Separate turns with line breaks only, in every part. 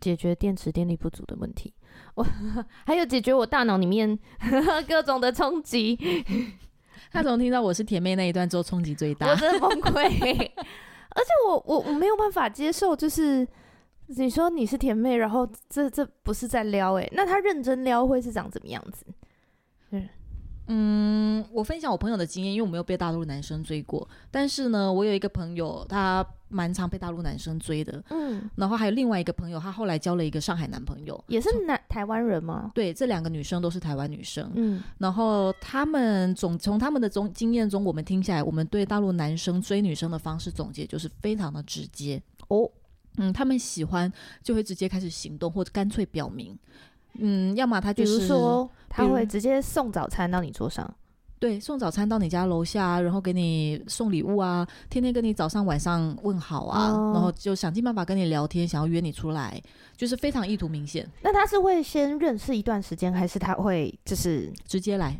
解决电池电力不足的问题，我 还有解决我大脑里面各种的 冲击，
他从听到我是甜妹那一段之后冲击最
我
大，
真的 崩溃。而且我我我没有办法接受，就是你说你是甜妹，然后这这不是在撩哎、那她认真撩会是长怎么样子？
嗯，我分享我朋友的经验，因为我没有被大陆男生追过，但是呢，我有一个朋友，他蛮常被大陆男生追的，
嗯，
然后还有另外一个朋友，他后来交了一个上海男朋友，
也是男台湾人吗？
对，这两个女生都是台湾女生，
嗯，
然后他们总从他们的总经验中，我们听起来，我们对大陆男生追女生的方式总结就是非常的直接
哦。
嗯，他们喜欢就会直接开始行动，或者干脆表明。嗯，要么他
比
就
如
是
说他
比如
会直接送早餐到你桌上，
对送早餐到你家楼下啊，然后给你送礼物啊，天天跟你早上晚上问好啊，
哦
然后就想尽办法跟你聊天，想要约你出来，就是非常意图明显，
那他是会先认识一段时间，还是他会就是
直接来。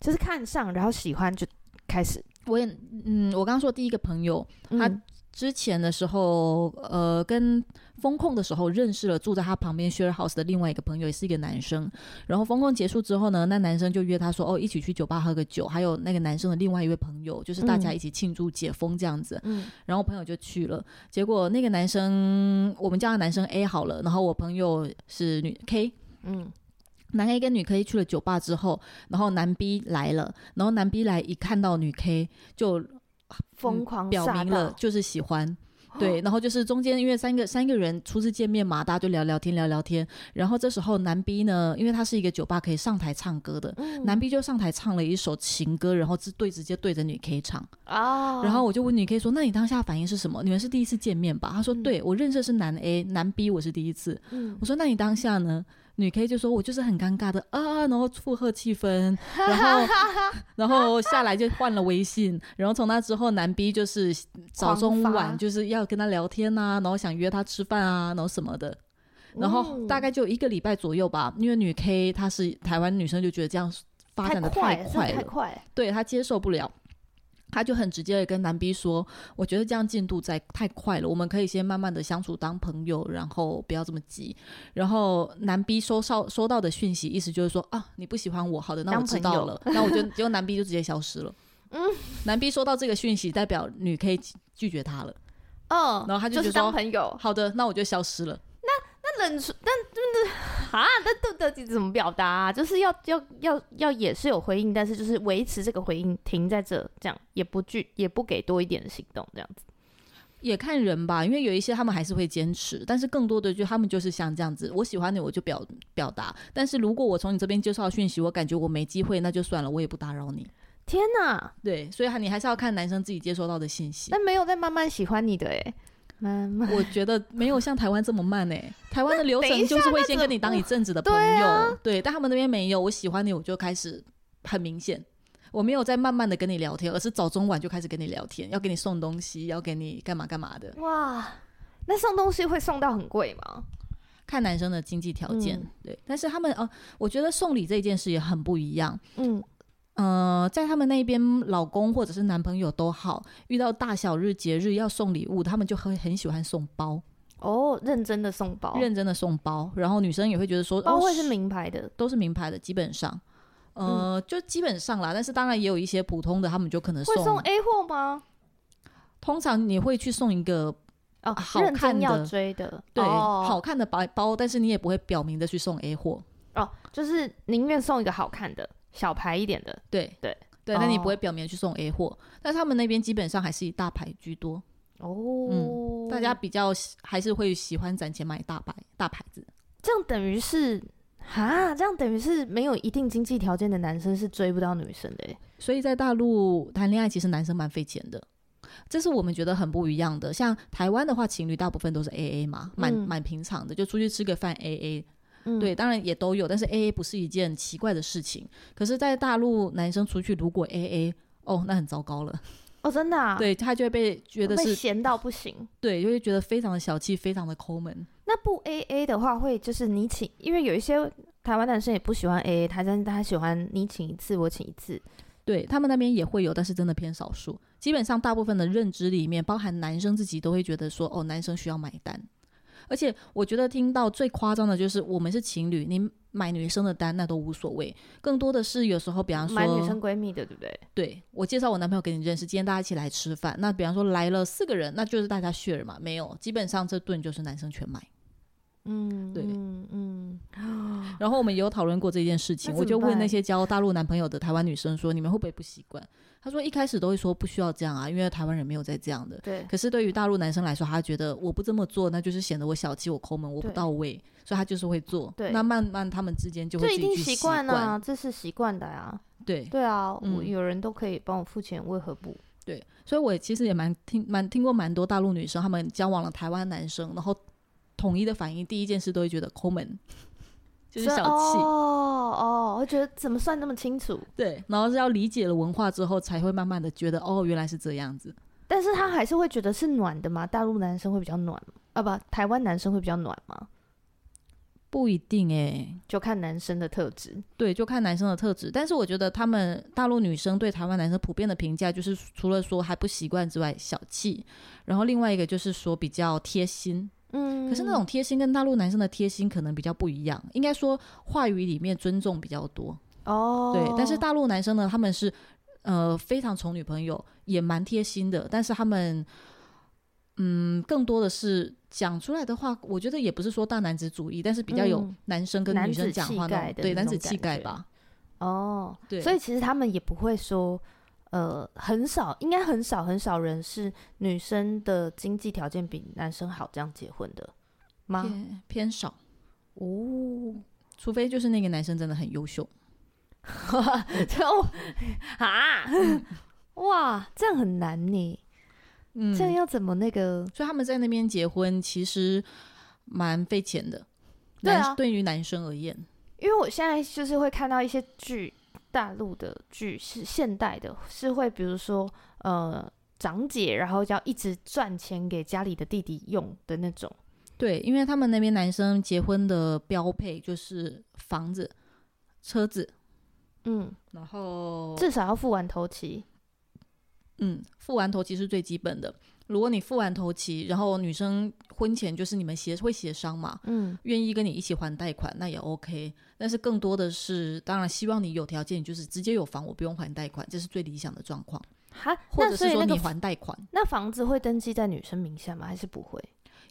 就是看上，然后喜欢就开始？
我也嗯，我刚刚说第一个朋友，他
嗯
之前的时候，呃，跟风控的时候认识了住在他旁边 share house 的另外一个朋友，也是一个男生。然后风控结束之后呢，那男生就约他说，哦，一起去酒吧喝个酒，还有那个男生的另外一位朋友，就是大家
嗯
一起庆祝解封这样子。
嗯
然后我朋友就去了，结果那个男生，我们叫他男生 A 好了，然后我朋友是女 K，
嗯，
男 A 跟女 K 去了酒吧之后，然后男 B 来了，然后男 B 来一看到女 K 就
疯狂
表
煞
明了
到，
就是喜欢。
哦
对，然后就是中间因为三个三个人初次见面嘛，大家就聊聊天聊聊天。然后这时候男 B 呢，因为他是一个酒吧可以上台唱歌的，
嗯
男 B 就上台唱了一首情歌，然后直对直接对着女 K 唱。
哦，
然后我就问女 K 说：“那你当下反应是什么？你们是第一次见面吧？”他说：“
嗯
对，我认识的是男 A，男 B 我是第一次。”
嗯
我说：“那你当下呢？”女 K 就说：“我就是很尴尬的啊，然后附和气氛， 然后然后下来就换了微信，然后从那之后，男 B 就是早中
狂发
晚就是要跟他聊天啊，然后想约他吃饭啊，然后什么的。”然
哦
后大概就一个礼拜左右吧，因为女 K 她是台湾女生，就觉得这样发展的
快
太
了，
快
快
了
太，快了，
对他接受不了，他就很直接的跟男 B 说：“我觉得这样进度在太快了，我们可以先慢慢的相处当朋友，然后不要这么急。”然后男 B 收到收到的讯息，意思就是说：“啊，你不喜欢我，好的，那我
当
知
朋
道
友
了。”那我就结果男 B 就直接消失了。嗯，男 B 收到这个讯息，代表女 K 拒拒绝他了。
嗯
然后他就
就
觉
是
得
当
说
朋友，
好的，那我就消失了。
那冷处，但真的啊，那到到底怎么表达啊？
就是要要要要也是有回应，但是就是维持这个回应停在这，这样也不拒也不给多一点的行动，这样子。
也看人吧，因为有一些他们还是会坚持，但是更多的就他们就是像这样子，我喜欢你我就表表达，但是如果我从你这边接受到讯息，我感觉我没机会，那就算了，我也不打扰你。
天哪，
对，所以还你还是要看男生自己接收到的信息
那。没有在慢慢喜欢你的
欸
哎，慢慢
我觉得没有像台湾这么慢诶、欸台湾的流
等一下
程就是会
那
先
怎
跟你当一阵子的朋
对
友，
啊
对，但他们那边没有，我喜欢你我就开始很明显。我没有在慢慢的跟你聊天，而是早中晚就开始跟你聊天，要给你送东西，要给你干嘛干嘛的，
哇，
那送东西会送到很贵吗？
看男生的经济条件，
嗯
对。但是他们呃，我觉得送礼这件事也很不一样。
嗯，
呃，在他们那边，老公或者是男朋友都好，遇到大小日、节日要送礼物，他们就很很喜欢送包，
哦，认真的送包，
认真的送包。然后女生也会觉得说，
包
哦，
会是
是
名牌的，
都是名牌的，基本上，呃，就基本上啦。但是当然也有一些普通的，他们就可能
会
送。
送 A 货吗？
通常你会去送一个
哦，
啊好
认
看
真要
的
追的，
对、
哦、
好看的包包，但是你也不会表明的去送 A 货。
哦，就是宁愿送一个好看的、小牌一点的
对
对
对，那你
哦
不会表面去送 A 货，但他们那边基本上还是以大牌居多，
哦。
嗯大家比较喜还是会喜欢攒钱买大牌大牌子。
这样等于是哈，这样等于是没有一定经济条件的男生是追不到女生的欸。
所以在大陆谈恋爱，其实男生蛮费钱的，这是我们觉得很不一样的。像台湾的话，情侣大部分都是 A A 嘛，蛮
嗯
蛮平常的，就出去吃个饭 A A。
嗯
对，当然也都有，但是 A A 不是一件奇怪的事情。可是，在大陆男生出去如果 A A，哦，那很糟糕了，
哦，真的、啊，，
对他就会被觉得
被
是
闲到不行。
对，就会觉得非常的小气，非常的抠门。
那不 A A 的话，会就是你请，因为有一些台湾男生也不喜欢 A A，他但是他喜欢你请一次，我请一次。
对他们那边也会有，但是真的偏少数。基本上大部分的认知里面，包含男生自己都会觉得说，哦，男生需要买单。而且我觉得听到最夸张的就是，我们是情侣，你买女生的单那都无所谓。更多的是有时候，比啊方说，
买女生闺蜜的，对不对？
对我介绍我男朋友给你认识，今天大家一起来吃饭。那比方说来了四个人，那就是大家 share 嘛，没有，基本上这顿就是男生全买。
嗯，
对
嗯嗯，
然后我们也有讨论过这件事情，
那
我
怎
就
么
问那
办
些交大陆男朋友的台湾女生说，你们会不会不习惯？她说一开始都会说不需要这样啊，因为台湾人没有在这样的。
对，
可是对于大陆男生来说，他觉得我不这么做，那就是显得我小气、我抠门、我不
对
到位，所以他就是会做。
对
那慢慢他们之间就会
这
自
一
己
定
去
习
习惯
惯啊，这是习惯的啊。
对
对啊，我
嗯
有人都可以帮我付钱，为何不？
对，所以我其实也蛮听蛮听过蛮多大陆女生，她们交往了台湾男生，然后统一的反应，第一件事都会觉得抠门， 就是
所以
小气。
哦哦，我觉得怎么算那么清楚？
对，然后是要理解了文化之后，才会慢慢的觉得哦，原来是这样子。
但是他还是会觉得是暖的嘛？大陆男生会比较暖吗啊，不，台湾男生会比较暖吗？
不一定哎、
就看男生的特质。
对，就看男生的特质。但是我觉得他们大陆女生对台湾男生普遍的评价，就是除了说还不习惯之外，小气，然后另外一个就是说比较贴心。
嗯
可是那种贴心跟大陆男生的贴心可能比较不一样，应该说话语里面尊重比较多。
哦，
对，但是大陆男生呢，他们是呃非常宠女朋友，也蛮贴心的，但是他们嗯更多的是讲出来的话，我觉得也不是说大男子主义，但是比较有
嗯
男生跟
男
女
子
生讲话
气概
那
的
种对
那
男
种
子气
感
概
觉
吧。
哦，
对，
所以其实他们也不会说，呃，很少，应该很少很少人是女生的经济条件比男生好这样结婚的吗？
偏偏少，
啊哦，
除非就是那个男生真的很优秀。
这 哦啊， 哇，这样很难呢，
嗯，
这
所
样要怎么那个？
以他们在那边结婚其实蛮费钱的。
对
男
啊
对于男生而言，
因为我现在就是会看到一些剧，大陆的剧是现代的，是会比如说呃长姐，然后要一直赚钱给家里的弟弟用的那种。
对，因为他们那边男生结婚的标配就是房子、车子，
嗯，
然后
至少要付完头期。
嗯，付完头期是最基本的。如果你付完头期，然后女生婚前就是你们协会协商嘛，
嗯，
愿意跟你一起还贷款，那也 OK。但是更多的是，当然希望你有条件，你就是直接有房，我不用还贷款，这是最理想的状况。
哈，
或
那
者
所
是
以
说
那
你
个
还贷款。
那房子会登记在女生名下吗？还是不会？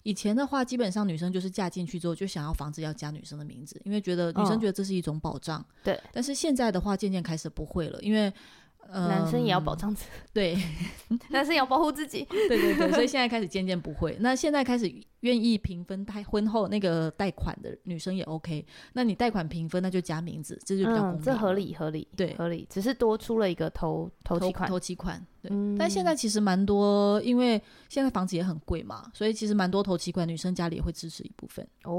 以前的话，基本上女生就是嫁进去之后就想要房子要加女生的名字，因为觉得女生
嗯
觉得这是一种保障。
对。
但是现在的话，渐渐开始不会了，因为。呃，
男生也要保障自己，
对
男生也要保护自己。
对对对，所以现在开始渐渐不会。那现在开始愿意平分贷婚后那个贷款的女生也 OK，那你贷款平分那就加名字，这就比较公平、
嗯，
啊
这合。理合理，
对
合理，只是多出了一个头头
头
期款。
头期款，对。
嗯
但现在其实蛮多，因为现在房子也很贵嘛，所以其实蛮多头期款，女生家里也会支持一部分。
哦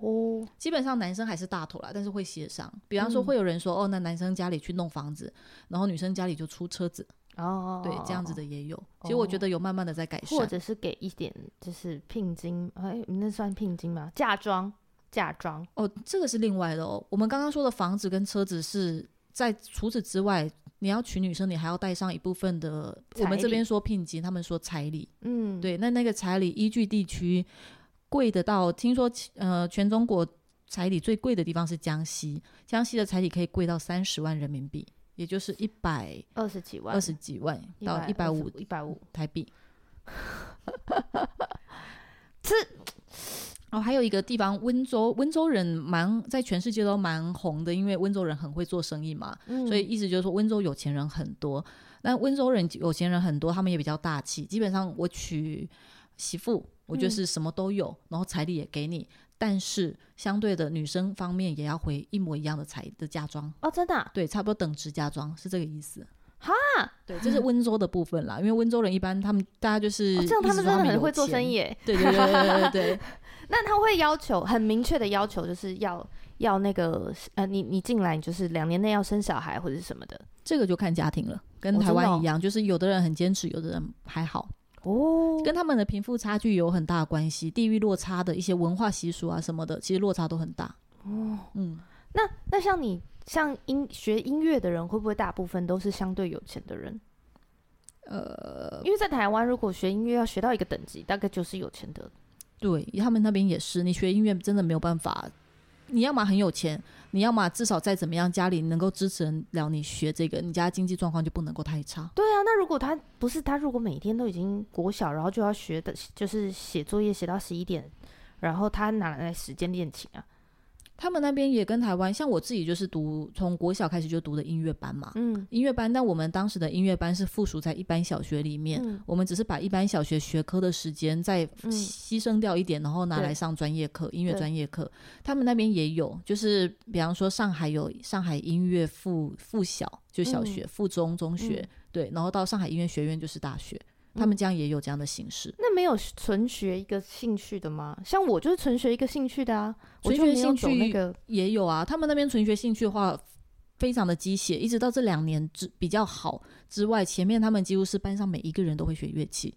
哦，
基本上男生还是大头啦，但是会协商。比方说，
嗯
会有人说、哦，那男生家里去弄房子，然后女生家里就出车子，
哦，
对，这样子的啊也有。其实我觉得有慢慢的在改善。
或者是给一点就是聘金，哎，那算聘金吗？嫁妆，嫁妆，
哦，这个是另外的哦。我们刚刚说的房子跟车子是在除此之外，你要娶女生，你还要带上一部分的。我们
彩礼
这边说聘金，他们说彩礼。
嗯，，
对，那那个彩礼依据地区贵的到，听说呃全中国彩礼最贵的地方是江西，江西的彩礼可以贵到三十万人民币，也就是一百
二十几万，
二十几万到一百五嗯
一百五，
台币。这哦，还有一个地方，温州，温州人蛮在全世界都蛮红的，因为温州人很会做生意嘛，
嗯
所以意思就是说温州有钱人很多。那温州人有钱人很多，他们也比较大气，基本上我娶媳妇，我
嗯
就是什么都有，然后彩礼也给你，但是相对的女生方面也要回一模一样的彩的嫁妆。
哦，真的啊
对，差不多等值嫁妆是这个意思。
哈，
对，这是温州的部分啦，因为温州人一般他们大家就是、
欸
哦这样他们真的很会做生意，，耶。
对对对对对对对，
那他会要求很明确的要求，就是要要那个呃，你你进来你就是两年内要生小孩或者是什么的
这个就看家庭了，跟
哦
台
真的
湾
哦
一样，就是有的人很坚持，有的人还好，
哦
跟他们的贫富差距有很大的关系，地域落差的一些文化习俗啊什么的，其实落差都很大。
哦，
嗯，
那那像你像音学音乐的人，会不会大部分都是相对有钱的人？
呃，
因为在台湾，如果学音乐要学到一个等级，大概就是有钱的。
对他们那边也是，你学音乐真的没有办法，你要么很有钱，你要么至少再怎么样，家里能够支持得了你学这个，你家经济状况就不能够太差。
对啊，那如果他不是他，如果每天都已经国小，然后就要学的，就是写作业写到十一点，然后他哪来时间练琴啊？
他们那边也跟台湾，像我自己就是读从国小开始就读的音乐班嘛，
嗯
音乐班，但我们当时的音乐班是附属在一般小学里面，
嗯，
我们只是把一般小学学科的时间再
嗯
牺牲掉一点，然后拿
对
来上专业课，音乐
对
专业课。他们那边也有，就是比方说上海有上海音乐附附小，就小学、附中、中学，
嗯
对，然后到上海音乐学院就是大学。他们这样也有这样的形式，
那没有纯学一个兴趣的吗？像我就是纯学一个兴趣的啊，我
纯
就
学
没有
兴
走
趣
那个
也有啊。他们那边纯学兴趣的话，非常的鸡血，一直到这两年之比较好之外，前面他们几乎是班上每一个人都会学乐器。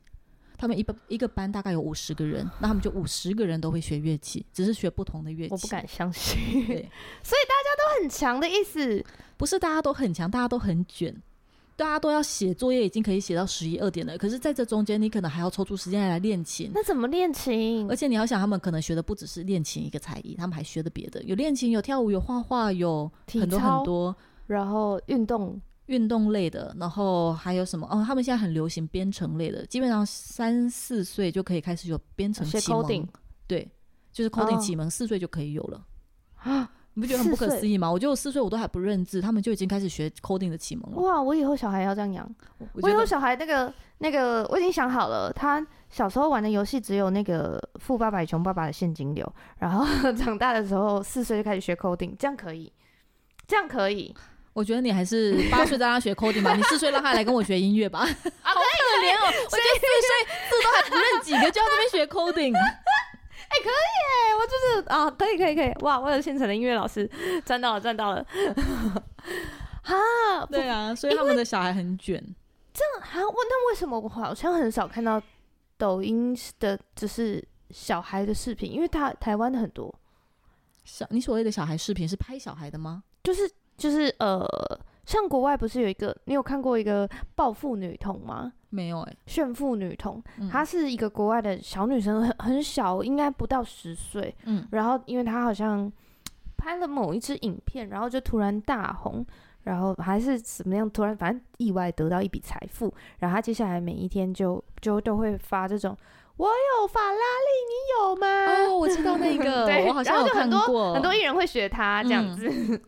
他们一班一个班大概有五十个人，那他们就五十个人都会学乐器，只是学不同的乐器。
我不敢相 信，
对
很强的意思。
不是大家都很强，大家都很卷，啊大家都要写作业，已经可以写到十一二点了。可是，在这中间，你可能还要抽出时间来练琴，
那怎么练琴
而？且你要想，他们可能学的不只是练琴一个才艺，他们还学的别的，有练琴，有跳舞，有画画，有
体
很多
操
很多
然后运动，
运动类的，然后还有什么？哦，他们现在很流行编程类的，基本上三四岁就可以开始有编程
写
启蒙
哦 coding
对，就是 coding
哦啊
启蒙，四岁就可以有了。你不觉得很不可
四岁
思议吗？我觉得我四岁我都还不认字，他们就已经开始学 coding 的启蒙了。
哇！我以后小孩要这样养。
我
哦我
觉
有
得
小孩那个那个，我已经想好了，他小时候玩的游戏只有那个《富爸爸与穷爸爸》的现金流，然后 长大的时候四岁就开始学 coding，这样可以，这样可以，
我觉得你还是八岁让他学 coding 吧，你四岁让他来跟我学音
啊
乐吧。 好可怜哦，我觉得四岁字都还不认几个，就要这边学 coding。
哎是啊，可以可以可以，哇！我有现成的音乐老师，赚到了赚到了，
对啊，所以他们的小孩很卷。
啊，问那为什么我好像很少看到抖音的，就是小孩的视频，因为台台湾的很多，
小，你所谓的小孩视频是拍小孩的吗？
就是就是呃，像国外不是有一个，你有看过一个暴富女童吗？
没有哎、
炫富女童，
嗯
她是一个国外的小女生，很很小，应该不到十岁。
嗯，
然后，因为她好像拍了某一支影片，然后就突然大红，然后还是怎么样，突然反正意外得到一笔财富。然后她接下来每一天就就都会发这种：“我有法拉利，你有吗？”
哦，我知 道那个，
对
我好像
然后
有
就
看
很
过，
很多艺人会学她这样
嗯
子。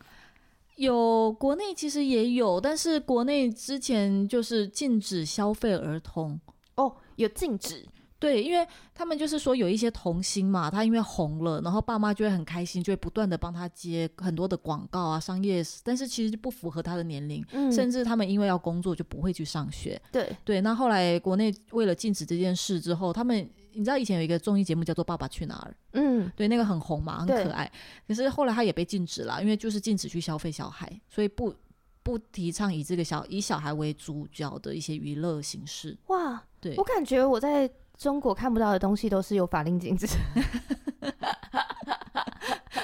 有国内其实也有，但是国内之前就是禁止消费儿童。
哦，有禁止，
对，因为他们就是说有一些童星嘛，他因为红了，然后爸妈就会很开心，就会不断的帮他接很多的广告啊、商业，但是其实不符合他的年龄，
嗯
甚至他们因为要工作就不会去上学。
对，
对，那后来国内为了禁止这件事之后，他们你知道以前有一个综艺节目叫做《爸爸去哪儿》，
嗯，
对，那个很红嘛，很
对
可爱。可是后来他也被禁止了，因为就是禁止去消费小孩，所以不不提倡以这个小以小孩为主角的一些娱乐形式。
哇，
对
我感觉我在中国看不到的东西都是有法令禁止。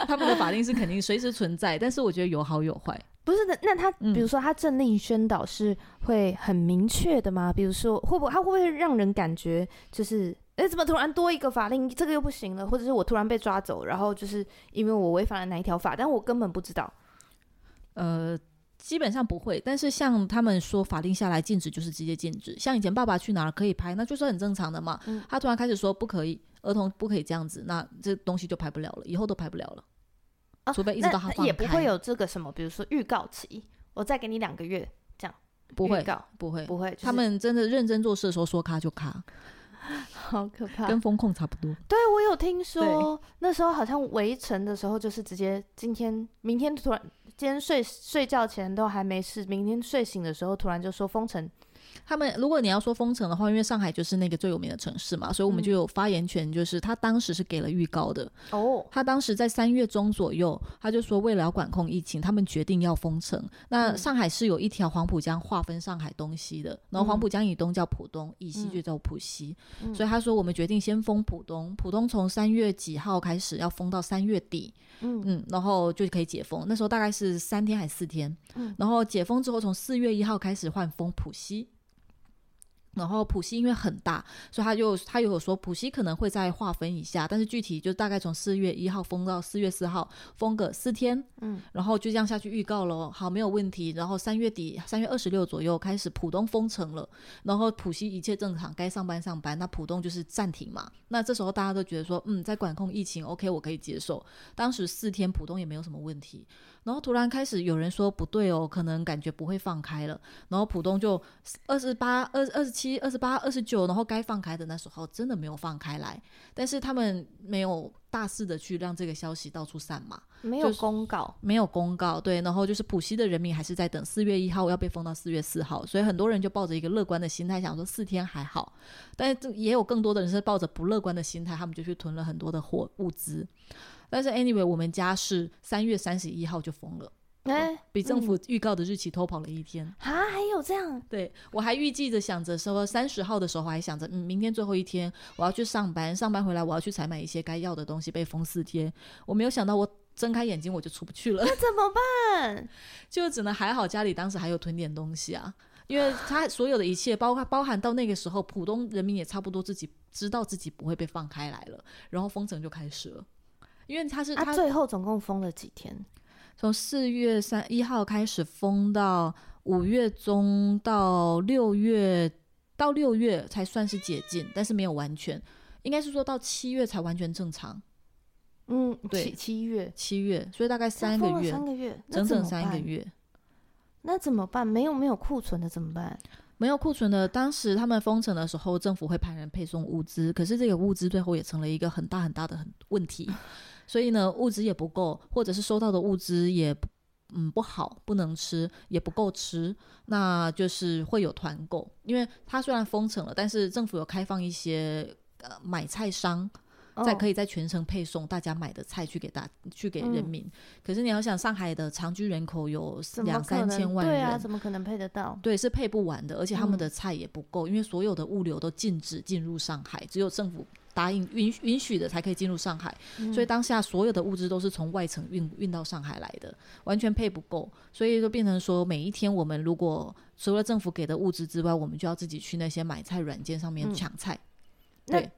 他们的法令是肯定随时存在，但是我觉得有好有坏。
不是的，那他
嗯
比如说他政令宣导是会很明确的吗？比如说会不会他会不会让人感觉就是，哎，怎么突然多一个法令，这个又不行了，或者是我突然被抓走，然后就是因为我违反了哪一条法，但我根本不知道。
呃，基本上不会，但是像他们说法令下来禁止就是直接禁止，像以前《爸爸去哪儿》可以拍，那就是很正常的嘛。
嗯
他突然开始说不可以，儿童不可以这样子，那这东西就拍不了了，以后都拍不了了。
啊
除非一直
那
到他
那
放
也不
开
会有这个什么，比如说预告期，我再给你两个月，
不
预
会
告
不会，
不会，就是
他们真的认真做事的时候说咔就咔，
好可怕。
跟风控差不多。
对，我有听说，那时候好像围城的时候，就是直接今天、明天突然，今天睡睡觉前都还没事，明天睡醒的时候突然就说封城，
他们如果你要说封城的话，因为上海就是那个最有名的城市嘛，所以我们就有发言权，就是他当时是给了预告的。
哦，
他当时在三月中左右，他就说为了要管控疫情，他们决定要封城。
嗯
那上海是有一条黄浦江划分上海东西的，然后黄浦江以东叫浦东，以西就叫浦西。
嗯
所以他说我们决定先封浦东，浦东从三月几号开始要封到三月底，
嗯
嗯，然后就可以解封。那时候大概是三天还是四天，
嗯
然后解封之后，从四月一号开始换封浦西。然后浦西因为很大，所以他就他又有说浦西可能会再划分一下，但是具体就大概从四月一号封到四月四号，封个四天，
嗯，
然后就这样下去预告喽。好，没有问题。然后三月底，三月二十六左右开始浦东封城了，然后浦西一切正常，该上班上班，那浦东就是暂停嘛。那这时候大家都觉得说，嗯，在管控疫情，OK，我可以接受。当时四天浦东也没有什么问题，然后突然开始有人说不对哦，可能感觉不会放开了，然后浦东就二十八、二二十七、二十八、二十九，然后该放开的那时候真的没有放开来，但是他们没有大肆的去让这个消息到处散嘛。
没有
就是
公告，
没有公告，对，然后就是浦西的人民还是在等四月一号要被封到四月四号，所以很多人就抱着一个乐观的心态，想说四天还好，但是这也有更多的人是抱着不乐观的心态，他们就去囤了很多的货物资。但是 anyway，我们家是三月三十一号就封了，
哎、
哦比政府预告的日期偷跑了一天。
啊，还有这样，
对我还预计着想着说三十号的时候，我还想着嗯，明天最后一天我要去上班，上班回来我要去采买一些该要的东西，被封四天。我没有想到我睁开眼睛我就出不去了。
那怎么办？
就只能还好家里当时还有囤点东西啊，因为他所有的一切，包括包含到那个时候，浦东人民也差不多自己知道自己不会被放开来了，然后封城就开始了。因为他是
啊，
他
最后总共封了几天？
从四月三一号开始封到五月中到六月到六月才算是解禁，但是没有完全，应该是说到七月才完全正常，
嗯，
对
七七月，
七月，所以大概三个
封了
月，
三个月，那
整
怎
整
么
三个
办
月。
那怎么办？没有没有库存的怎么办？
没有库存的，当时他们封城的时候，政府会派人配送物资，可是这个物资最后也成了一个很大很大的很 问题，所以呢，物资也不够，或者是收到的物资也不嗯不好，不能吃，也不够吃，那就是会有团购，因为它虽然封城了，但是政府有开放一些呃买菜商，再可
以，
以在全程配送大家买的菜去给大去给人
嗯
民，可是你要想，上海的常居人口有
怎么
两
可
三千
能？
万
对
人，
啊，怎么可能配得到？
对，是配不完的，而且他们
嗯
的菜也不够，因为所有的物流都禁止进入上海，只有政府答应允允许的才可以进入上海，所
嗯
以当下所有的物资都是从外层运运到上海来的，完全配不够，所以就变成说，每一天我们如果除了政府给的物资之外，我们就要自己去那些买菜软件上面
嗯
抢菜，
那
对。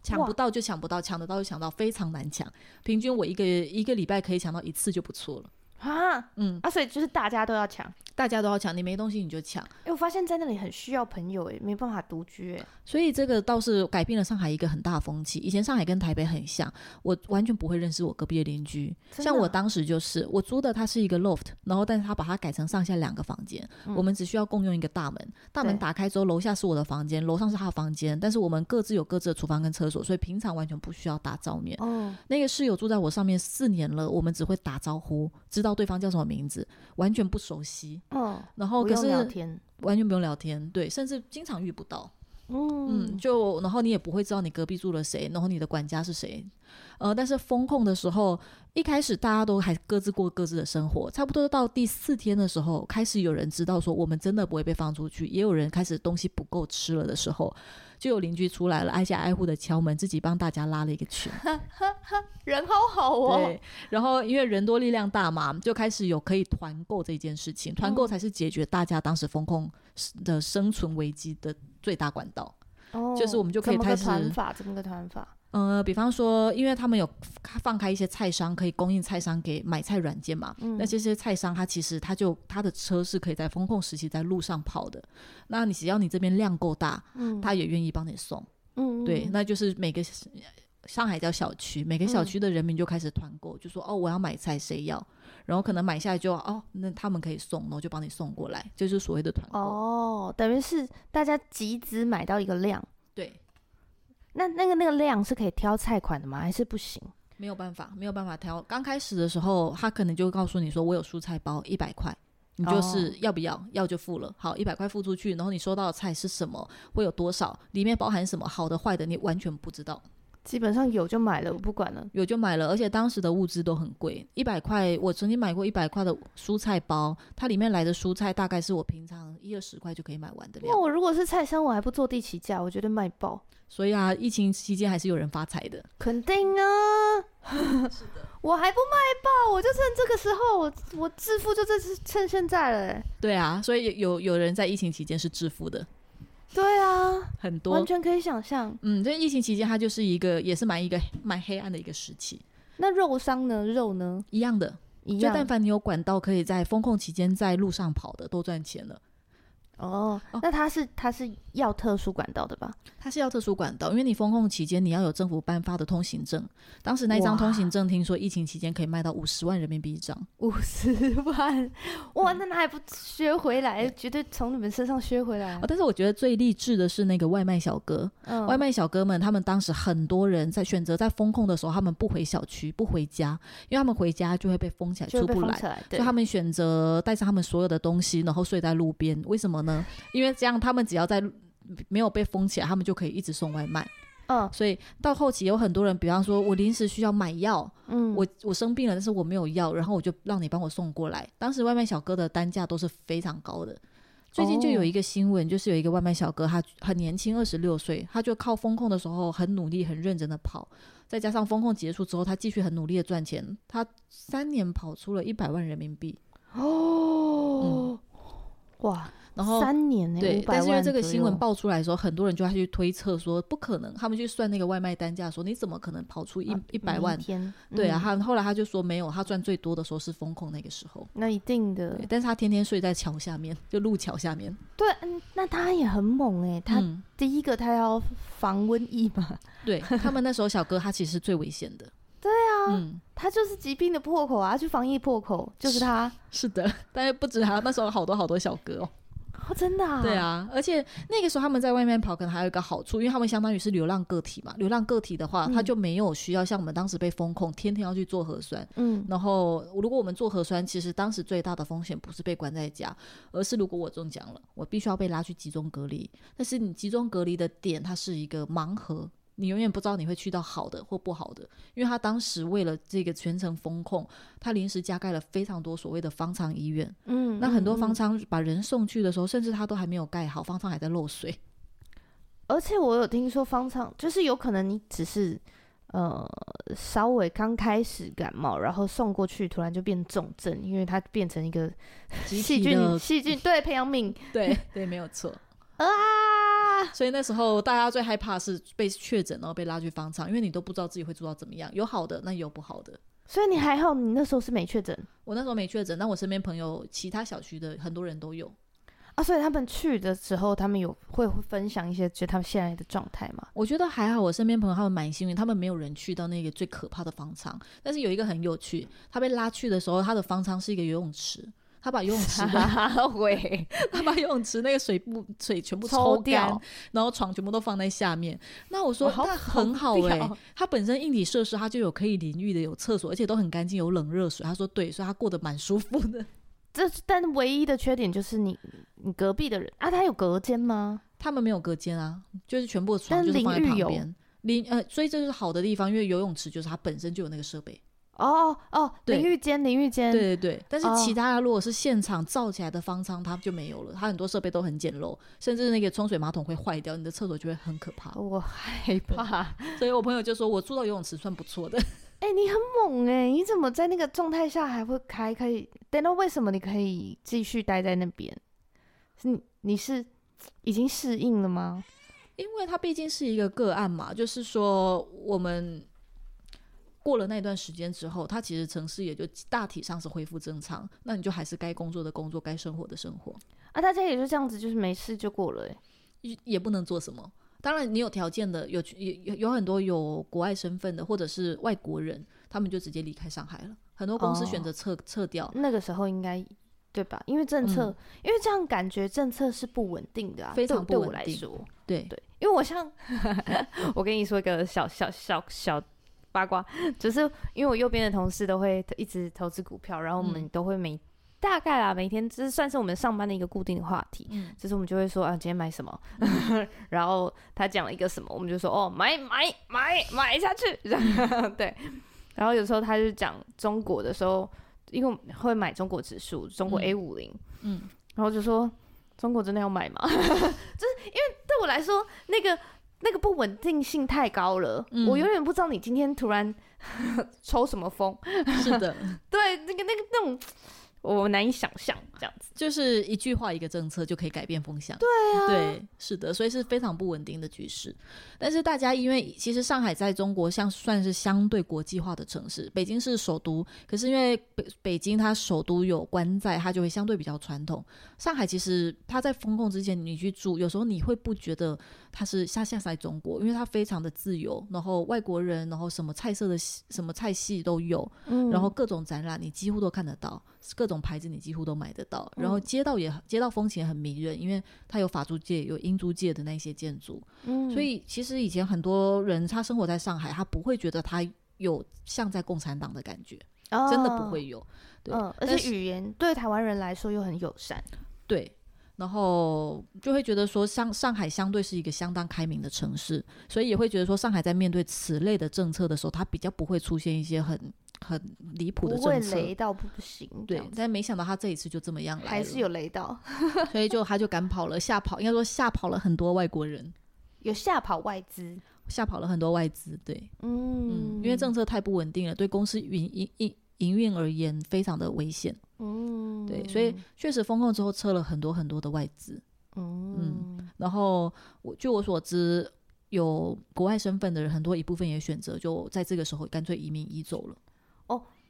抢不
哇
到就抢不到，抢得到就抢到，非常难抢。平均我一个一个礼拜可以抢到一次就不错了。
啊
嗯，
啊，所以就是大家都要抢。
大家都要抢，你没东西你就抢。
哎、我发现在那里很需要朋友、哎，没办法独居、哎，
所以这个倒是改变了上海一个很大的风气。以前上海跟台北很像，我完全不会认识我隔壁的邻居。
真
像
的啊
我当时就是，我租的它是一个 loft，然后但是他把它改成上下两个房间，
嗯
我们只需要共用一个大门。大门
对
打开之后，楼下是我的房间，楼上是他的房间，但是我们各自有各自的厨房跟厕所，所以平常完全不需要打照面。
哦，
那个室友住在我上面四年了，我们只会打招呼，知道对方叫什么名字，完全不熟悉。
哦，
然后
不
可
用
是
聊天，
完全不用聊天，对，甚至经常遇不到。嗯，
嗯，
就然后你也不会知道你隔壁住了谁，然后你的管家是谁，呃，但是风控的时候，一开始大家都还各自过各自的生活，差不多到第四天的时候，开始有人知道说我们真的不会被放出去，也有人开始东西不够吃了的时候，就有邻居出来了，挨家挨户的敲门，自己帮大家拉了一个群，
人好好哦，
对，然后因为人多力量大嘛，就开始有可以团购这件事情，团购
嗯
才是解决大家当时风控的生存危机的最大管道。
哦
就是我们就可以
怎么
开
个
始
团法，怎么个团法？
呃，比方说，因为他们有开放开一些菜商，可以供应菜商给买菜软件嘛。
嗯
那这些菜商，他其实他就他的车是可以在风控时期在路上跑的。那你只要你这边量够大，
嗯，
他也愿意帮你送。
嗯，嗯
对，，那就是每个上海叫小区，每个小
嗯
区的人民就开始团购，就说哦，我要买菜，谁要？然后可能买下来就哦，那他们可以送，然后就帮你送过来，这就是所谓的团购。
哦，等于是大家集资买到一个量，
对，
那那个那个量是可以挑菜款的吗？还是不行？
没有办法，没有办法挑。刚开始的时候，他可能就告诉你说，我有蔬菜包一百块，你就是要不要，要就付了。好，一百块付出去，然后你收到的菜是什么，会有多少，里面包含什么，好的坏的，你完全不知道。
基本上有就买了，我不管了。
有就买了，而且当时的物资都很贵，一百块，我曾经买过一百块的蔬菜包，它里面来的蔬菜大概是我平常一二十块就可以买完的量
那。我如果是菜商，我还不坐地起价，我觉得卖爆，
所以啊，疫情期间还是有人发财的。
肯定 啊。我还不卖爆，我就趁这个时候，我我致富就这是趁现在了、欸。
对啊，所以有有人在疫情期间是致富的，
对啊，
很
完
多。
全可以想象。
嗯，这疫情期间它就是一个也是蛮一个蛮黑暗的一个时期，
那肉商呢？肉呢？
一样的。
一
就
样
但凡你有管道可以在风控期间在路上跑的，都赚钱了。
哦
哦。
那它是它是要特殊管道的吧？
它是要特殊管道，因为你风控期间你要有政府颁发的通行证。当时那一张
哇
通行证，听说疫情期间可以卖到五十万人民币一张。
五十万，哇，那他还不削回来？绝对从你们身上削回来啊
哦，。但是我觉得最励志的是那个外卖小哥，
嗯
外卖小哥们，他们当时很多人在选择在风控的时候，他们不回小区，不回家，因为他们回家就会被封起来，
就
出
被
不
封
来
起。来，
所
对
以他们选择带上他们所有的东西，然后睡在路边。为什么呢？因为这样他们只要在路没有被封起来，他们就可以一直送外卖。
嗯
所以到后期有很多人，比方说我临时需要买药，
嗯，
我我生病了，但是我没有药，然后我就让你帮我送过来。当时外卖小哥的单价都是非常高的。最近就有一个新闻，就是有一个外卖小哥，他很年轻，二十六岁，他就靠风控的时候很努力、很认真的跑，再加上风控结束之后，他继续很努力的赚钱，他三年跑出了一百万人民币。
哦，哇，
然后
三年呢，
对
500，
但是因为
万
这个
左
新闻
右
爆出来的时候，很多人就要去推测说不可能，他们去算那个外卖单价，说你怎么可能跑出一
啊
一百
每一
万？
天，
对啊，
嗯，
他后来他就说没有，他赚最多的时候是风控那个时候，
那一定的
对，，但是他天天睡在桥下面，就路桥下面，
对，嗯那他也很猛哎，他
嗯、
第一个他要防瘟疫嘛，
对他们那时候小哥他其实是最危险的，
对
啊，嗯，
他就是疾病的破口啊，他去防疫破口就是他，
是的，但是不止他，那时候好多好多小哥哦，
哦，真的啊，
对，啊，而且那个时候他们在外面跑，可能还有一个好处，因为他们相当于是流浪个体嘛，流浪个体的话，他
嗯
就没有需要像我们当时被风控，天天要去做核酸。
嗯，
然后，如果我们做核酸，其实当时最大的风险不是被关在家，而是如果我中奖了，我必须要被拉去集中隔离。但是你集中隔离的点，它是一个盲盒，你永远不知道你会去到好的或不好的。因为他当时为了这个全程风控，他临时加盖了非常多所谓的方舱医院。
嗯，
那很多
嗯
方舱把人送去的时候，甚至他都还没有盖好，方舱还在漏水。
而且我有听说方舱，就是有可能你只是呃稍微刚开始感冒，然后送过去，突然就变重症，因为它变成一个
集
细
体
菌
的
细 菌对培养皿
对 对，没有错。
啊，
所以那时候大家最害怕是被确诊，然后被拉去方舱，因为你都不知道自己会做到怎么样，有好的，那也有不好的。
所以你还好，你那时候是没确诊
我那时候没确诊，但我身边朋友其他小区的很多人都有。
啊，所以他们去的时候，他们有会会分享一些就他们现在的状态嘛，
我觉得还好，我身边朋友他们蛮幸运，他们没有人去到那个最可怕的方舱。但是有一个很有趣，他被拉去的时候，他的方舱是一个游泳池，他把游泳池的
会
他把游泳池那个水不水全部
抽
干，
掉
然后床全部都放在下面。那我说
哇好
那很好
恐怖
哎、
哦
它本身硬体设施它就有可以淋浴的，有厕所，而且都很干净，有冷热水。他说对，所以他过得蛮舒服的。
这但唯一的缺点就是你你隔壁的人啊，他有隔间吗？
他们没有隔间啊，就是全部的床
但
就是放在
淋浴
旁
有
边。淋呃，所以这就是好的地方，因为游泳池就是它本身就有那个设备。
哦哦，
对
淋浴间淋浴间，
对对对，但是
哦
其他的如果是现场造起来的方舱，它就没有了，它很多设备都很简陋，甚至那个冲水马桶会坏掉，你的厕所就会很可怕。
我 害怕。
所以我朋友就说我住到游泳池算不错的。
哎、你很猛哎、你怎么在那个状态下还会开？可以？等到为什么你可以继续待在那边？是你你是已经适应了吗？
因为它毕竟是一个个案嘛，就是说我们过了那段时间之后，它其实城市也就大体上是恢复正常，那你就还是该工作的工作，该生活的生活，
啊，大家也就这样子，就是没事就过了、欸。
也也不能做什么。当然，你有条件的，有有有有很多有国外身份的，或者是外国人，他们就直接离开上海了。很多公司
哦
选择撤、撤掉，
那个时候应该对吧？因为政策，
嗯
因为这样感觉政策是不稳定的啊，
非
对
常不
对我
稳
来
定
说，
对，
对，因为我像 我跟你说一个小小小小八卦，就是因为我右边的同事都会一直投资股票，然后我们
嗯
都会每大概啦，每天这算是我们上班的一个固定的话题。
嗯
就是我们就会说啊，今天买什么， 然后他讲了一个什么，我们就说哦，买买买买下去， 这样对。然后有时候他就讲中国的时候，因为我们会买中国指数，中国
嗯
A 五零，
嗯，
然后就说中国真的要买吗？ 就是因为对我来说，那个那个不稳定性太高了，
嗯
我永远不知道你今天突然 抽什么风，
嗯是 的，
对，那个那个那种我难以想象这样子。
就是一句话一个政策就可以改变风向。对啊，对，是的，所以是非常不稳定的局势。但是大家因为其实上海在中国像算是相对国际化的城市，北京是首都，可是因为北北京它首都有官在，它就会相对比较传统。上海其实它在封控之前，你去住，有时候你会不觉得它是下下在中国，因为它非常的自由，然后外国人，然后什么菜色的什么菜系都有，
嗯
然后各种展览你几乎都看得到，各种牌子你几乎都买得到，然
嗯
后街道也街道风情也很迷人，因为它有法租界、有英租界的那些建筑，
嗯
所以其实以前很多人他生活在上海，他不会觉得他有像在共产党的感觉，真的
哦
不会有。对
嗯，而
但
且
是
语言对台湾人来说又很友善。啊
对，然后就会觉得说上上海相对是一个相当开明的城市，所以也会觉得说上海在面对此类的政策的时候，它比较不会出现一些很很离谱的
不会
政策。
雷到不行，这
对
样，子
但没想到他这一次就这么样来了，
还是有雷到，
所以就他就赶跑了，吓跑，应该说吓跑了很多外国人，
有吓跑外资，
吓跑了很多外资，对，嗯，
嗯
因为政策太不稳定了，对公司营营营营运而言非常的危险，
嗯
对，所以确实封控之后撤了很多很多的外资，
嗯
然后我据我所知。有国外身份的人，很多一部分也选择就在这个时候干脆移民移走了。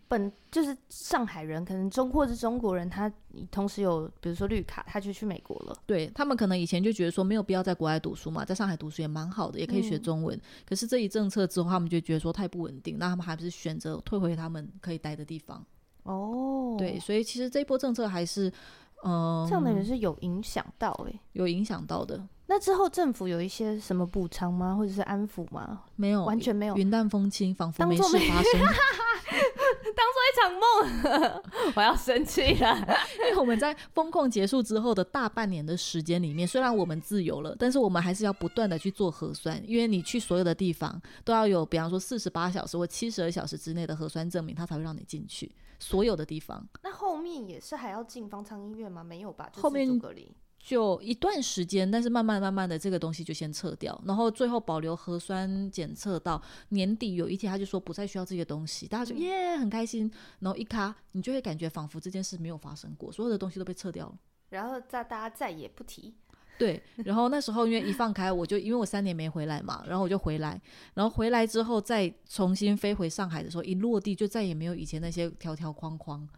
本就是上海人，可能中或是中国人，他同时有比如说绿卡，他就去美国了，
对他们可能以前就觉得说没有必要在国外读书嘛，在上海读书也蛮好的，也可以学
嗯
中文。可是这一政策之后，他们就觉得说太不稳定，那他们还不是选择退回他们可以待的地方。
哦
对，，所以其实这一波政策还是，嗯、
这样的人是有影响到哎、
有影响到的，
那之后政府有一些什么补偿吗，或者是安抚吗？
没有
完全没有，
云淡风轻，仿佛
当
没事
作没
发生。
一场梦，我要生气了。
因为我们在风控结束之后的大半年的时间里面，虽然我们自由了，但是我们还是要不断的去做核酸，因为你去所有的地方都要有，比方说四十八小时或七十二小时之内的核酸证明，他才会让你进去。所有的地方
那后面也是还要进方舱医院吗？没有吧，就
后面
自主隔离。
就一段时间，但是慢慢慢慢的这个东西就先撤掉，然后最后保留核酸检测到年底有一天，他就说不再需要这些东西，大家就耶很开心，然后一卡你就会感觉仿佛这件事没有发生过，所有的东西都被撤掉了。
然后再大家再也不提，
对，然后那时候因为一放开，我就因为我三年没回来嘛，然后我就回来，然后回来之后再重新飞回上海的时候，一落地就再也没有以前那些条条框框。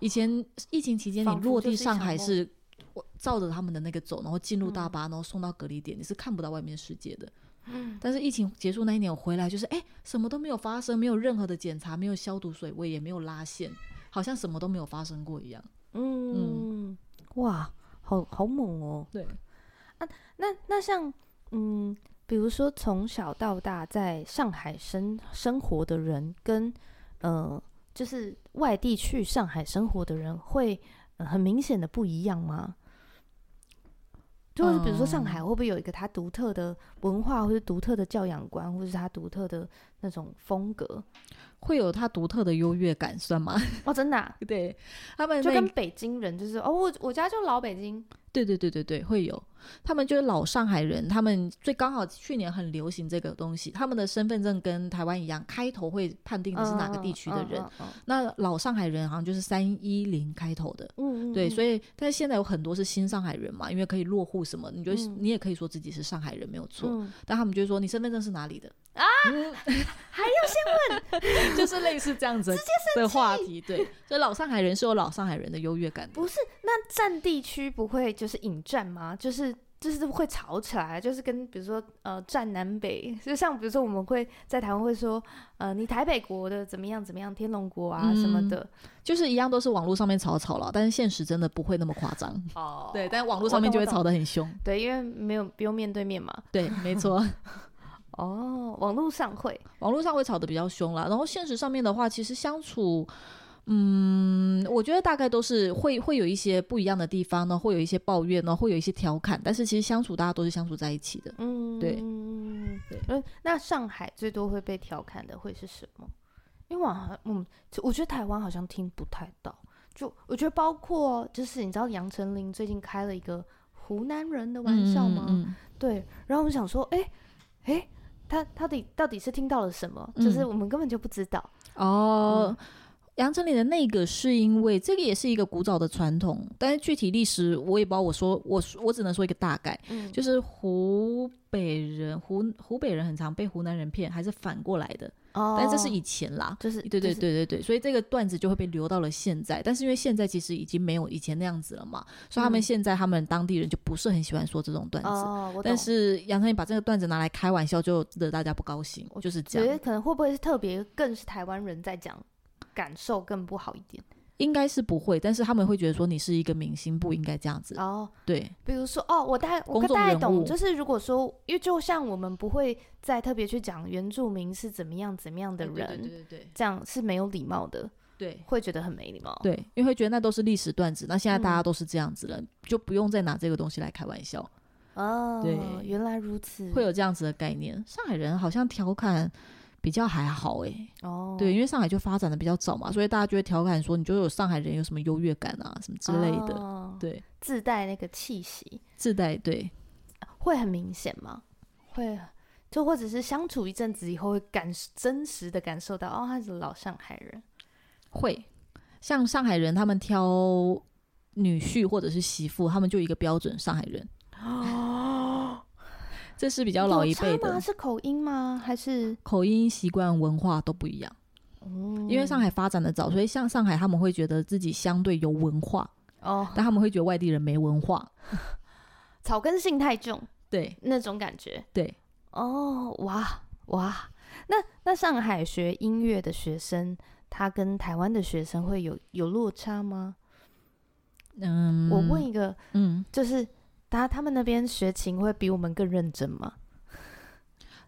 以前疫情期间，你
哦仿佛
落
就
地
是一
上
场
海
梦嗯
是我照着他们的那个走，然后进入大巴，然后送到隔离点，你是看不到外面世界的。
嗯
但是疫情结束那一年，我回来就是哎，什么都没有发生，没有任何的检查，没有消毒水位，也没有拉线，好像什么都没有发生过一样。
嗯，哇，好好猛哦！
对，
那那像嗯，比如说从小到大在上海生生活的人，跟呃，就是外地去上海生活的人会，呃很明显的不一样吗？就是比如说上海会不会有一个它独特的文化，或是独特的教养观，或是它独特的那种风格？
会有它独特的优越感，算吗？
哦，真的啊、
对他们
就
那
跟北京人就是哦，我我家就老北京，
对对对对对会有，他们就是老上海人，他们最刚好去年很流行这个东西，他们的身份证跟台湾一样，开头会判定你是哪个地区的人。
嗯，嗯
那老上海人好像就是三一零开头的，
嗯嗯，
对，所
以
以但是现在有很多是新上海人嘛，因为可以落户什么，你就、
嗯
你也可以说自己是上海人没有错，
嗯
但他们就会说你身份证是哪里的啊？还要先问， 就是类似这样子的话题，对，所以老上海人是有老上海人的优越感的。
不是那占地区不会就是引战吗？就是。就是会吵起来，就是跟比如说呃占南北，就像比如说我们会在台湾会说呃你台北国的怎么样怎么样，天龙国啊什么
嗯
的
就是一样都是网络上面吵吵了，但是现实真的不会那么夸张。
哦
对，但网络上面就会吵得很凶。
对，因为没有不用面对面嘛。
对，没错，
哦，网络上会，
网络上会吵得比较凶啦。然后现实上面的话，其实相处，嗯，我觉得大概都是会会有一些不一样的地方呢，会有一些抱怨呢，会有一些调侃，但是其实相处大家都是相处在一起的。
嗯，
对对
嗯，那上海最多会被调侃的会是什么？因为我好像，嗯，其我觉得台湾好像听不太到。就我觉得，包括就是你知道杨丞琳最近开了一个湖南人的玩笑吗？
嗯嗯嗯
对，然后我想说，哎、哎、他他底到底是听到了什么？就是
嗯
我们根本就不知道。
哦，
嗯
杨丞琳的那个是因为这个也是一个古早的传统，但是具体历史我也不知道。我说我我只能说一个大概，
嗯，
就是湖北人湖湖北人很常被湖南人骗，还是反过来的，
哦
但这是以前啦。
就是
对对
就是
对对对，所以这个段子就会被留到了现在，但是因为现在其实已经没有以前那样子了嘛，所以他们
嗯
现在他们当地人就不是很喜欢说这种段子。
哦，我懂。
但是杨丞琳把这个段子拿来开玩笑，就惹大家不高兴，
我
就是
觉
这
得
样。
可能会不会是特别，更是台湾人在讲，感受更不好一点。
应该是不会，但是他们会觉得说你是一个明星，不应该这样子。
哦，
对，
比如说哦，我大概我
公
大
众
概
人物
懂，就是如果说，因为就像我们不会再特别去讲原住民是怎么样怎么样的人，
对对对
这样是没有礼貌的，
对
会觉得很没礼貌。
对，因为会觉得那都是历史段子，那现在大家
哦嗯
都是这样子了，就不用再拿这个东西来开玩笑，
哦，
对
原来如此，
会有这样子的概念。上海人好像调侃比较还好诶、
哦，
对，因为上海就发展的比较早嘛，所以大家就会调侃说，你就有上海人有什么优越感啊，什么之类的。
哦
对，
自带那个气息，
自带对，
会很明显吗？会。就或者是相处一阵子以后，会感真实的感受到，哦，他是老上海人，
会像上海人他们挑女婿或者是媳妇，他们就一个标准上海人。这是比较老
有
一
差
辈
吗
的
是口音吗？还是
口音、习惯、文化都不一样。因为上海发展的早，所以像上海他们会觉得自己相对有文化，
哦，
但他们会觉得外地人没文化。
草根性太重
对
那种感觉？
对，
哦，哇哇，那那上海学音乐的学生，他跟台湾的学生会有有落差吗？
嗯，
我问，一个，
嗯，
就是他他们那边学琴会比我们更认真吗？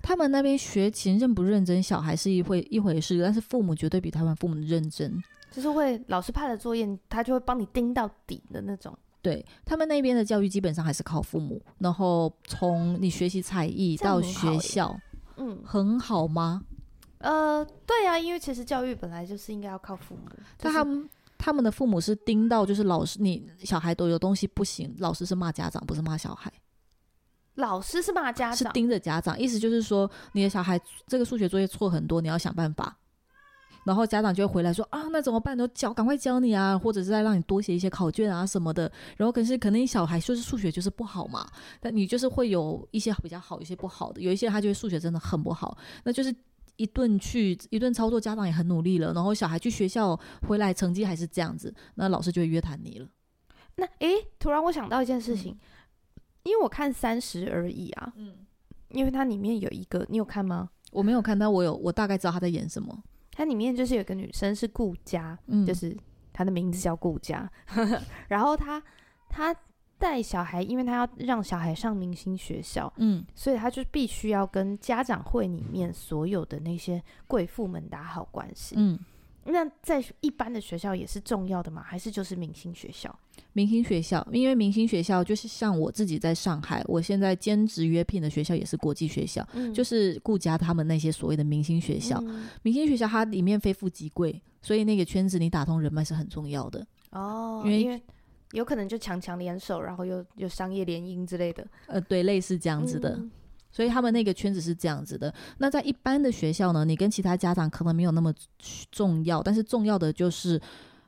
他们那边学琴认不认真，小孩是一回一回事，但是父母绝对比台湾父母认真。
就是会老师派的作业，他就会帮你盯到底的那种。
对他们那边的教育基本上还是靠父母，然后从你学习才艺
这样
到
很好
学
耶
校，
嗯，
很好吗？
呃，对啊，因为其实教育本来就是应该要靠父母，就
但
是
他们他们的父母是盯到，就是老师你小孩都有东西不行，老师是骂家长，不是骂小孩。
老师是骂家
是
长，
盯着家长，意思就是说你的小孩这个数学作业错很多，你要想办法。然后家长就会回来说啊，那怎么办？都教，赶快教你啊，或者是再让你多写一些考卷啊什么的。然后可是可能你小孩就是数学就是不好嘛，但你就是会有一些比较好，一些不好的，有一些他就是数学真的很不好，那就是。一顿去一顿操作，家长也很努力了，然后小孩去学校回来成绩还是这样子，那老师就会约谈你了。
那诶，突然我想到一件事情，因为我看《三十而已》啊，
嗯，
因为它里面有一个，你有看吗？
我没有看到，我有我大概知道他在演什么，
它里面就是有个女生是顾佳，
嗯，
就是她的名字叫顾佳， 然后她她带小孩，因为她要让小孩上明星学校，
嗯
所以她就必须要跟家长会里面所有的那些贵妇们打好关系。
嗯，
那在一般的学校也是重要的吗？还是就是明星学校？
明星学校，因为明星学校就是像我自己在上海，我现在兼职约聘的学校也是国际学校，
嗯
就是顾家他们那些所谓的明星学校。
嗯
明星学校它里面非富即贵，所以那个圈子你打通人脉是很重要的。
哦，
因为
因为有可能就强强联手，然后又有商业联姻之类的，
呃，对，类似这样子的。
嗯
所以他们那个圈子是这样子的。那在一般的学校呢，你跟其他家长可能没有那么重要，但是重要的就是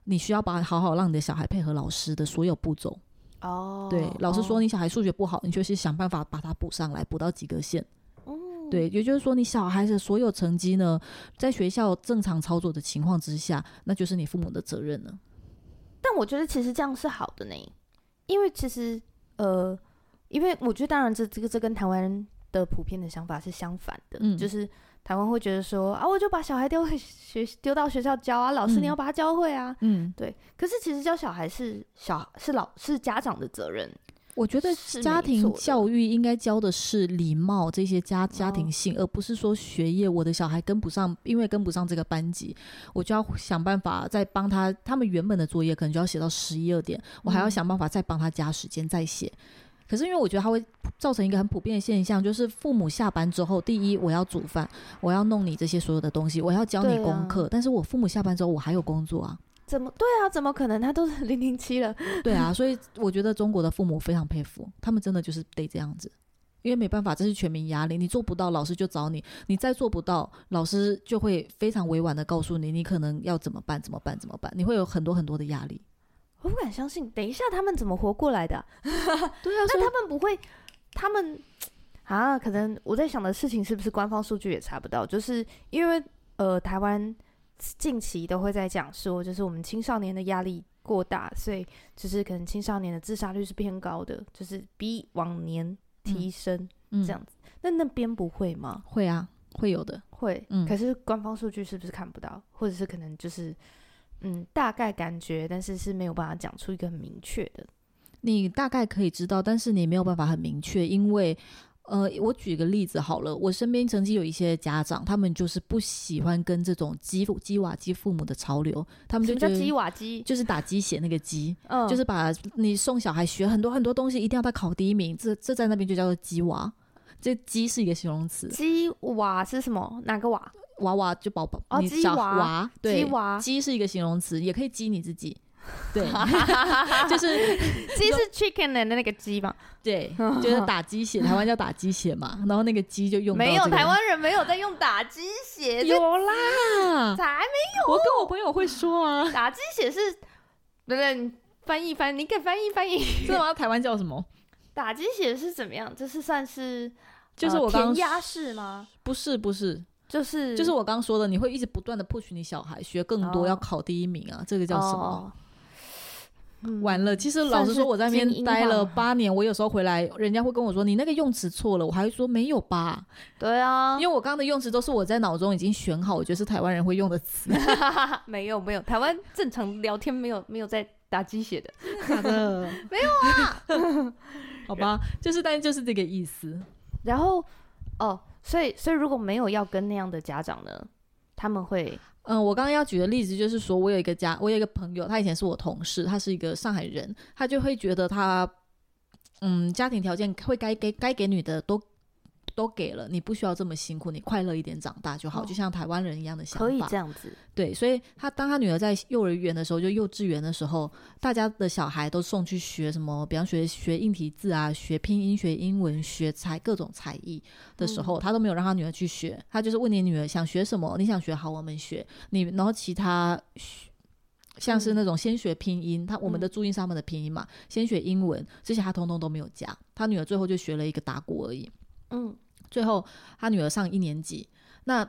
你需要把好好让你的小孩配合老师的所有步骤。
哦，
对，老师说
哦，
你小孩数学不好，你就是想办法把它补上来，补到及格线。
嗯
对，也就是说，你小孩子所有成绩呢，在学校正常操作的情况之下，那就是你父母的责任了。
但我觉得其实这样是好的呢，因为其实呃，因为我觉得当然这这个这跟台湾人的普遍的想法是相反的，
嗯
就是台湾会觉得说啊，我就把小孩丢回学丢到学校教啊，老师
嗯
你要把他教会啊。
嗯，
对，可是其实教小孩是小是老是家长的责任，
我觉得
是
家
没
庭
错的
教育应该教的是礼貌这些家家庭性，而不是说学业。我的小孩跟不上，因为跟不上这个班级，我就要想办法再帮他。他们原本的作业可能就要写到十一二点，
嗯
我还要想办法再帮他加时间再写。可是因为我觉得它会造成一个很普遍的现象，就是父母下班之后，第一我要煮饭，我要弄你这些所有的东西，我要教你
对啊
功课，但是我父母下班之后我还有工作啊。
怎么对啊？怎么可能？他都是零零七了，
对啊，所以我觉得中国的父母非常佩服，他们真的就是得这样子，因为没办法，这是全民压力，你做不到，老师就找你，你再做不到，老师就会非常委婉的告诉你，你可能要怎么办，怎么办，怎么办，你会有很多很多的压力。
我不敢相信。等一下，他们怎么活过来的啊、
对啊，
那他们不会，他们啊，可能我在想的事情是不是官方数据也查不到？就是因为呃，台湾近期都会在讲说，就是我们青少年的压力过大，所以就是可能青少年的自杀率是偏高的，就是比往年提升、
嗯
这样子。那那边不会吗？
会啊，会有的。
会，
嗯
可是官方数据是不是看不到，或者是可能就是嗯大概感觉，但是是没有办法讲出一个很明确的。
你大概可以知道，但是你没有办法很明确，因为。呃，我举个例子好了，我身边曾经有一些家长，他们就是不喜欢跟这种鸡父鸡瓦鸡父母的潮流，他们
什
就
么
觉
叫
得
鸡瓦鸡？
就是打鸡血那个鸡，
嗯，
就是把你送小孩学很多很多东西，一定要他考第一名，这这在那边就叫做鸡娃。这鸡是一个形容词，
鸡瓦是什么？哪个瓦？
娃娃就宝宝，
哦
你
鸡
小
娃
娃，对
鸡，瓦？
鸡是一个形容词，也可以鸡你 自己，对， 就是
鸡是 chicken 的那个鸡吗？
对，就是打鸡血，台湾叫打鸡血嘛，然后那个鸡就用到
没有，
这个
台湾人没有在用打鸡血，这
有啦，
啊，
才
我跟我朋友会说 啊，
打鸡血是，不对，你翻译翻，你给翻译翻译。
知道吗？台湾叫什么？
打鸡血是怎么样？就是算是
就是我
呃
刚
填鸭式吗？
不是不是，
就是
就是我刚说的，你会一直不断的 push 你小孩学更多，
哦
要考第一名啊，这个叫什么？
哦嗯
完了，其实老实说，我在那
算是精
边
英化
待了八年，我有时候回来，人家会跟我说你那个用词错了，我还会说没有吧，
对啊
因，为我刚刚的用词都是我在脑中已经选好，我觉得是台湾人会用的词。
没有没有，台湾正常聊天没有没有在打鸡血的。
假的？ 没有啊， 好吧，就是但就是这个意思。
然后哦，所以所以如果没有要跟那样的家长呢，他们会
嗯，我刚刚要举的例子就是说，我有一个家，我有一个朋友，他以前是我同事，他是一个上海人，他就会觉得他，嗯，家庭条件会该给该给你的都都给了，你不需要这么辛苦，你快乐一点长大就好，
哦
就像台湾人一样的想法。
可以这样子，
对，所以他当他女儿在幼儿园的时候，就幼稚园的时候，大家的小孩都送去学什么，比方学学硬体字啊，学拼音、学英文、学才各种才艺的时候，他都没有让他女儿去学，他就是问你女儿想学什么，你想学好我们学你，然后其他学像是那种先学拼音，他我们的注音是他们的拼音嘛，先学英文这些他通通都没有加，他女儿最后就学了一个打鼓而已。
嗯，
最后他女儿上一年级，那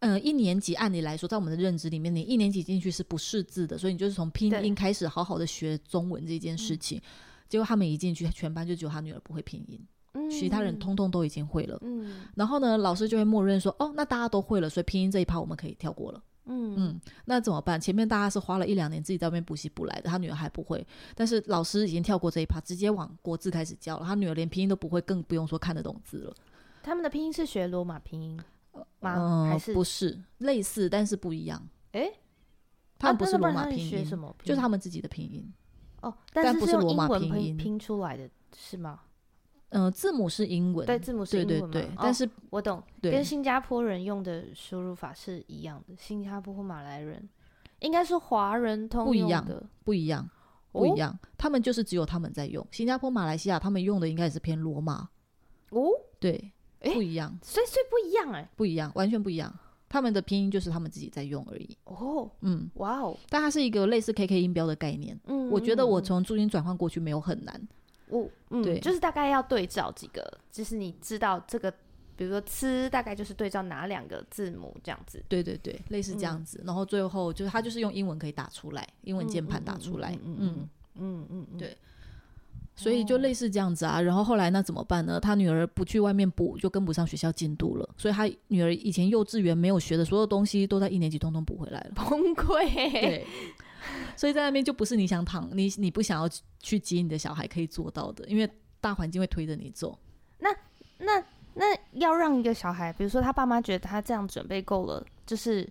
呃一年级按理来说，在我们的认知里面，你一年级进去是不识字的，所以你就是从拼
对
音开始好好的学中文这件事
嗯
情。结果他们一进去，全班就只有他女儿不会拼音，其他人
嗯
通通都已经会了。
嗯
然后呢，老师就会默认说，哦，那大家都会了，所以拼音这一趴我们可以跳过了。
嗯
嗯，那怎么办？前面大家是花了一两年自己在外面补习补来的，他女儿还不会，但是老师已经跳过这一趴，直接往国字开始教了。他女儿连拼音都不会，更不用说看得懂字了。
嗯他们的拼音是学罗马拼音吗？
嗯，
还是
不是类似，但是不一样。
诶
他们
啊
不
那
是
那
罗
然
马
他们
拼
学
音，
什么拼音？
就是他们自己的拼音。
哦，
但
是
不是
用
罗
英
马
文
拼
拼
音
拼出来的是吗？
嗯、字母是英文，
对，字母是
对
英文
对
嘛？
对
哦
但是
我懂，
对
跟新加坡人用的输入法是一样的，新加坡或马来人应该是华人通
不一
用
样
的，
不一样，
哦
不一样。他们就是只有他们在用。新加坡、马来西亚他们用的应该也是偏罗马，
哦，
对，
诶
不一样，
所以所以不一样哎、
不一样，完全不一样。他们的拼音就是他们自己在用而已。
哦，
嗯，
哇哦，
但它是一个类似 KK 音标的概念。
嗯，
我觉得我
嗯
从注音转换过去没有很难。
我嗯，
对
就是大概要对照几个，就是你知道这个，比如说“吃”，大概就是对照哪两个字母这样子。
对对对，类似这样子。然后最后就是他就是用英文可以打出来，英文键盘打出来，嗯。
嗯嗯嗯，。
对所以就类似这样子啊，然后后来那怎么办呢？他女儿不去外面补，就跟不上学校进度了，所以他女儿以 前幼稚园没有学的所有东西，都在一年级通通补回来了
崩溃。
对，所以在那边就不是你想躺，你你不想要去去接你的小孩可以做到的，因为大环境会推着你走。
那那要让一个小孩，比如说他爸妈觉得他这样准备够了，就是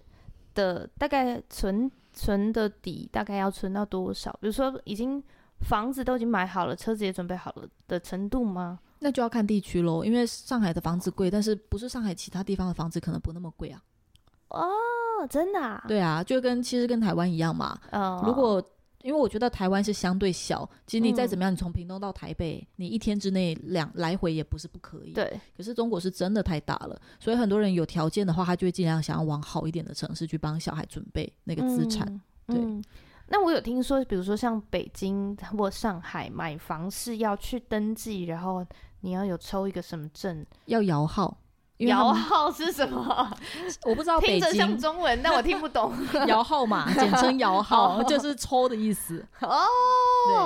的大概存存的底大概要存到多少？比如说已经房子都已经买好了，车子也准备好了的程度吗？
那就要看地区喽，因为上海的房子贵，但是不是上海其他地方的房子可能不那么贵啊？
哦，真的、啊？
对啊，就跟其实跟台湾一样嘛。
呃
如果因为我觉得台湾是相对小，其实你
嗯
再怎么样，你从屏东到台北，你一天之内两来回也不是不可以。
对，
可是中国是真的太大了，所以很多人有条件的话，他就会尽量想要往好一点的城市去帮小孩准备那个资产。
嗯
对
嗯那我有听说，比如说像北京或上海买房是要去登记，然后你要有抽一个什么证？
要摇号，因为他
摇
们
号是什么？
我不知道
听
北
着像
京
中文，但我听不 懂。
摇号嘛，简称摇 号，就是抽的意思。
哦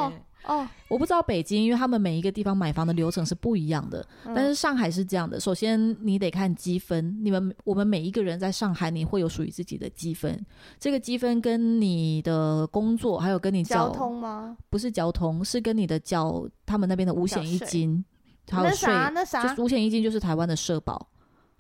对，
哦，
我不知道北京，因为他们每一个地方买房的流程是不一样的。
嗯
但是上海是这样的，首先你得看积分，你们我们每一个人在上海，你会有属于自己的积分，这个积分跟你的工作，还有跟你
交
缴
通吗？
不是交通，是跟你的缴他们那边的五险一金，还有
那
税，
啥那啥，
就是五险一金就是台湾的社保，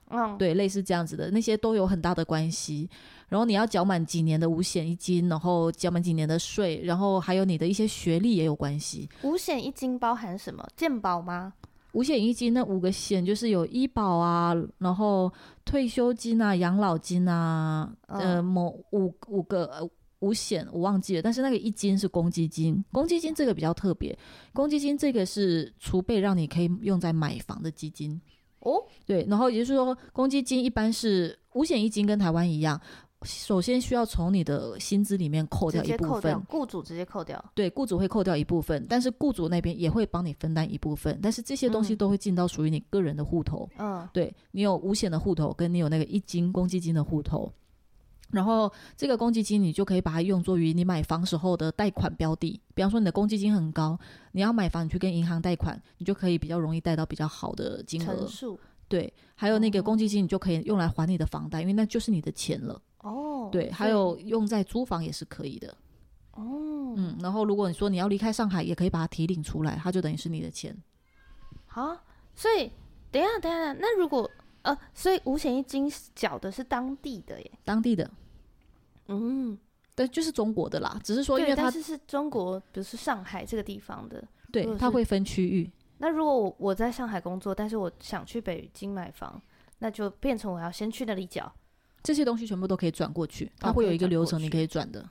嗯，
对，类似这样子的那些都有很大的关系。然后你要缴满几年的五险一金，然后缴满几年的税，然后还有你的一些学历也有关系。
五险一金包含什么？健保吗？
五险一金那五个险就是有医保啊，然后退休金啊、养老金啊，呃，
嗯
某五五个呃五险我忘记了，但是那个一金是公积金，公积金这个比较特别，公积金这个是储备让你可以用在买房的基金，
哦，
对，然后也就是说公积金一般是五险一金跟台湾一样，首先需要从你的薪资里面扣
直
掉一
接
部
扣掉
分，，
雇主直接扣掉。
对，雇主会扣掉一部分，但是雇主那边也会帮你分担一部分，但是这些东西
嗯
都会进到属于你个人的户头。
嗯，
对你有五险的户头，跟你有那个一金公积金的户头，然后这个公积金你就可以把它用作于你买房时候的贷款标的，比方说你的公积金很高，你要买房，你去跟银行贷款，你就可以比较容易贷到比较好的金
陈
额。
述。
对，还有
哦
那个公积金你就可以用来还你的房贷，因为那就是你的钱了。
哦，
对，还有用在租房也是可以的。
所以哦，
嗯，然后如果你说你要离开上海，也可以把它提领出来，它就等于是你的钱。
好，所以等一下等一下，那如果呃，所以五险一金缴的是当地的耶。
当地的，
嗯，
对，就是中国的啦，只是说因
对，
为它
但是是中国，比如是上海这个地方的。
对
如果嗯
它
是
会分区域，
那如果我我在上海工作，但是我想去北京买房，那就变成我要先去那里缴。
这些东西全部都可以转过去，它
哦
会
可
有
以
一个
转
流
过
程你
去
可以转的。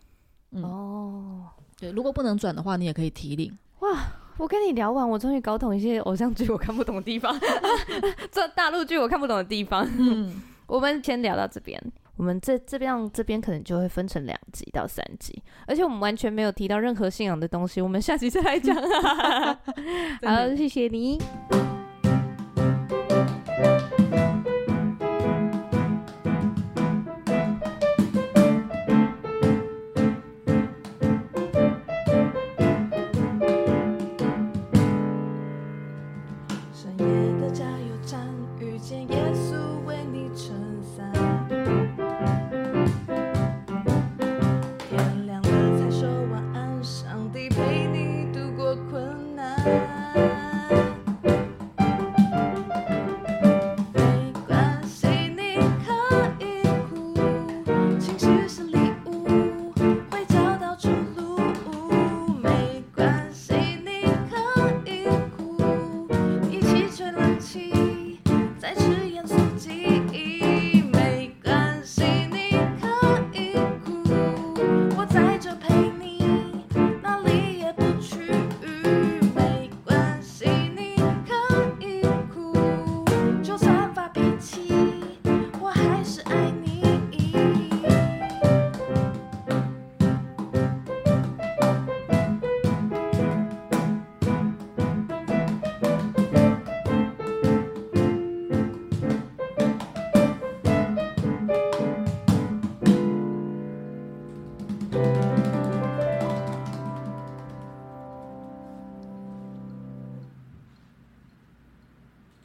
嗯
哦，
对，如果不能转的话，你也可以提领。
我跟你聊完，我终于搞懂一些偶像剧我看不懂的地方，这大陆剧我看不懂的地方。
嗯，
我们先聊到这边，我们这这边这边可能就会分成两集到三集，而且我们完全没有啊 提到任何信仰的东西，我们下集再来讲。好，谢谢你。
拜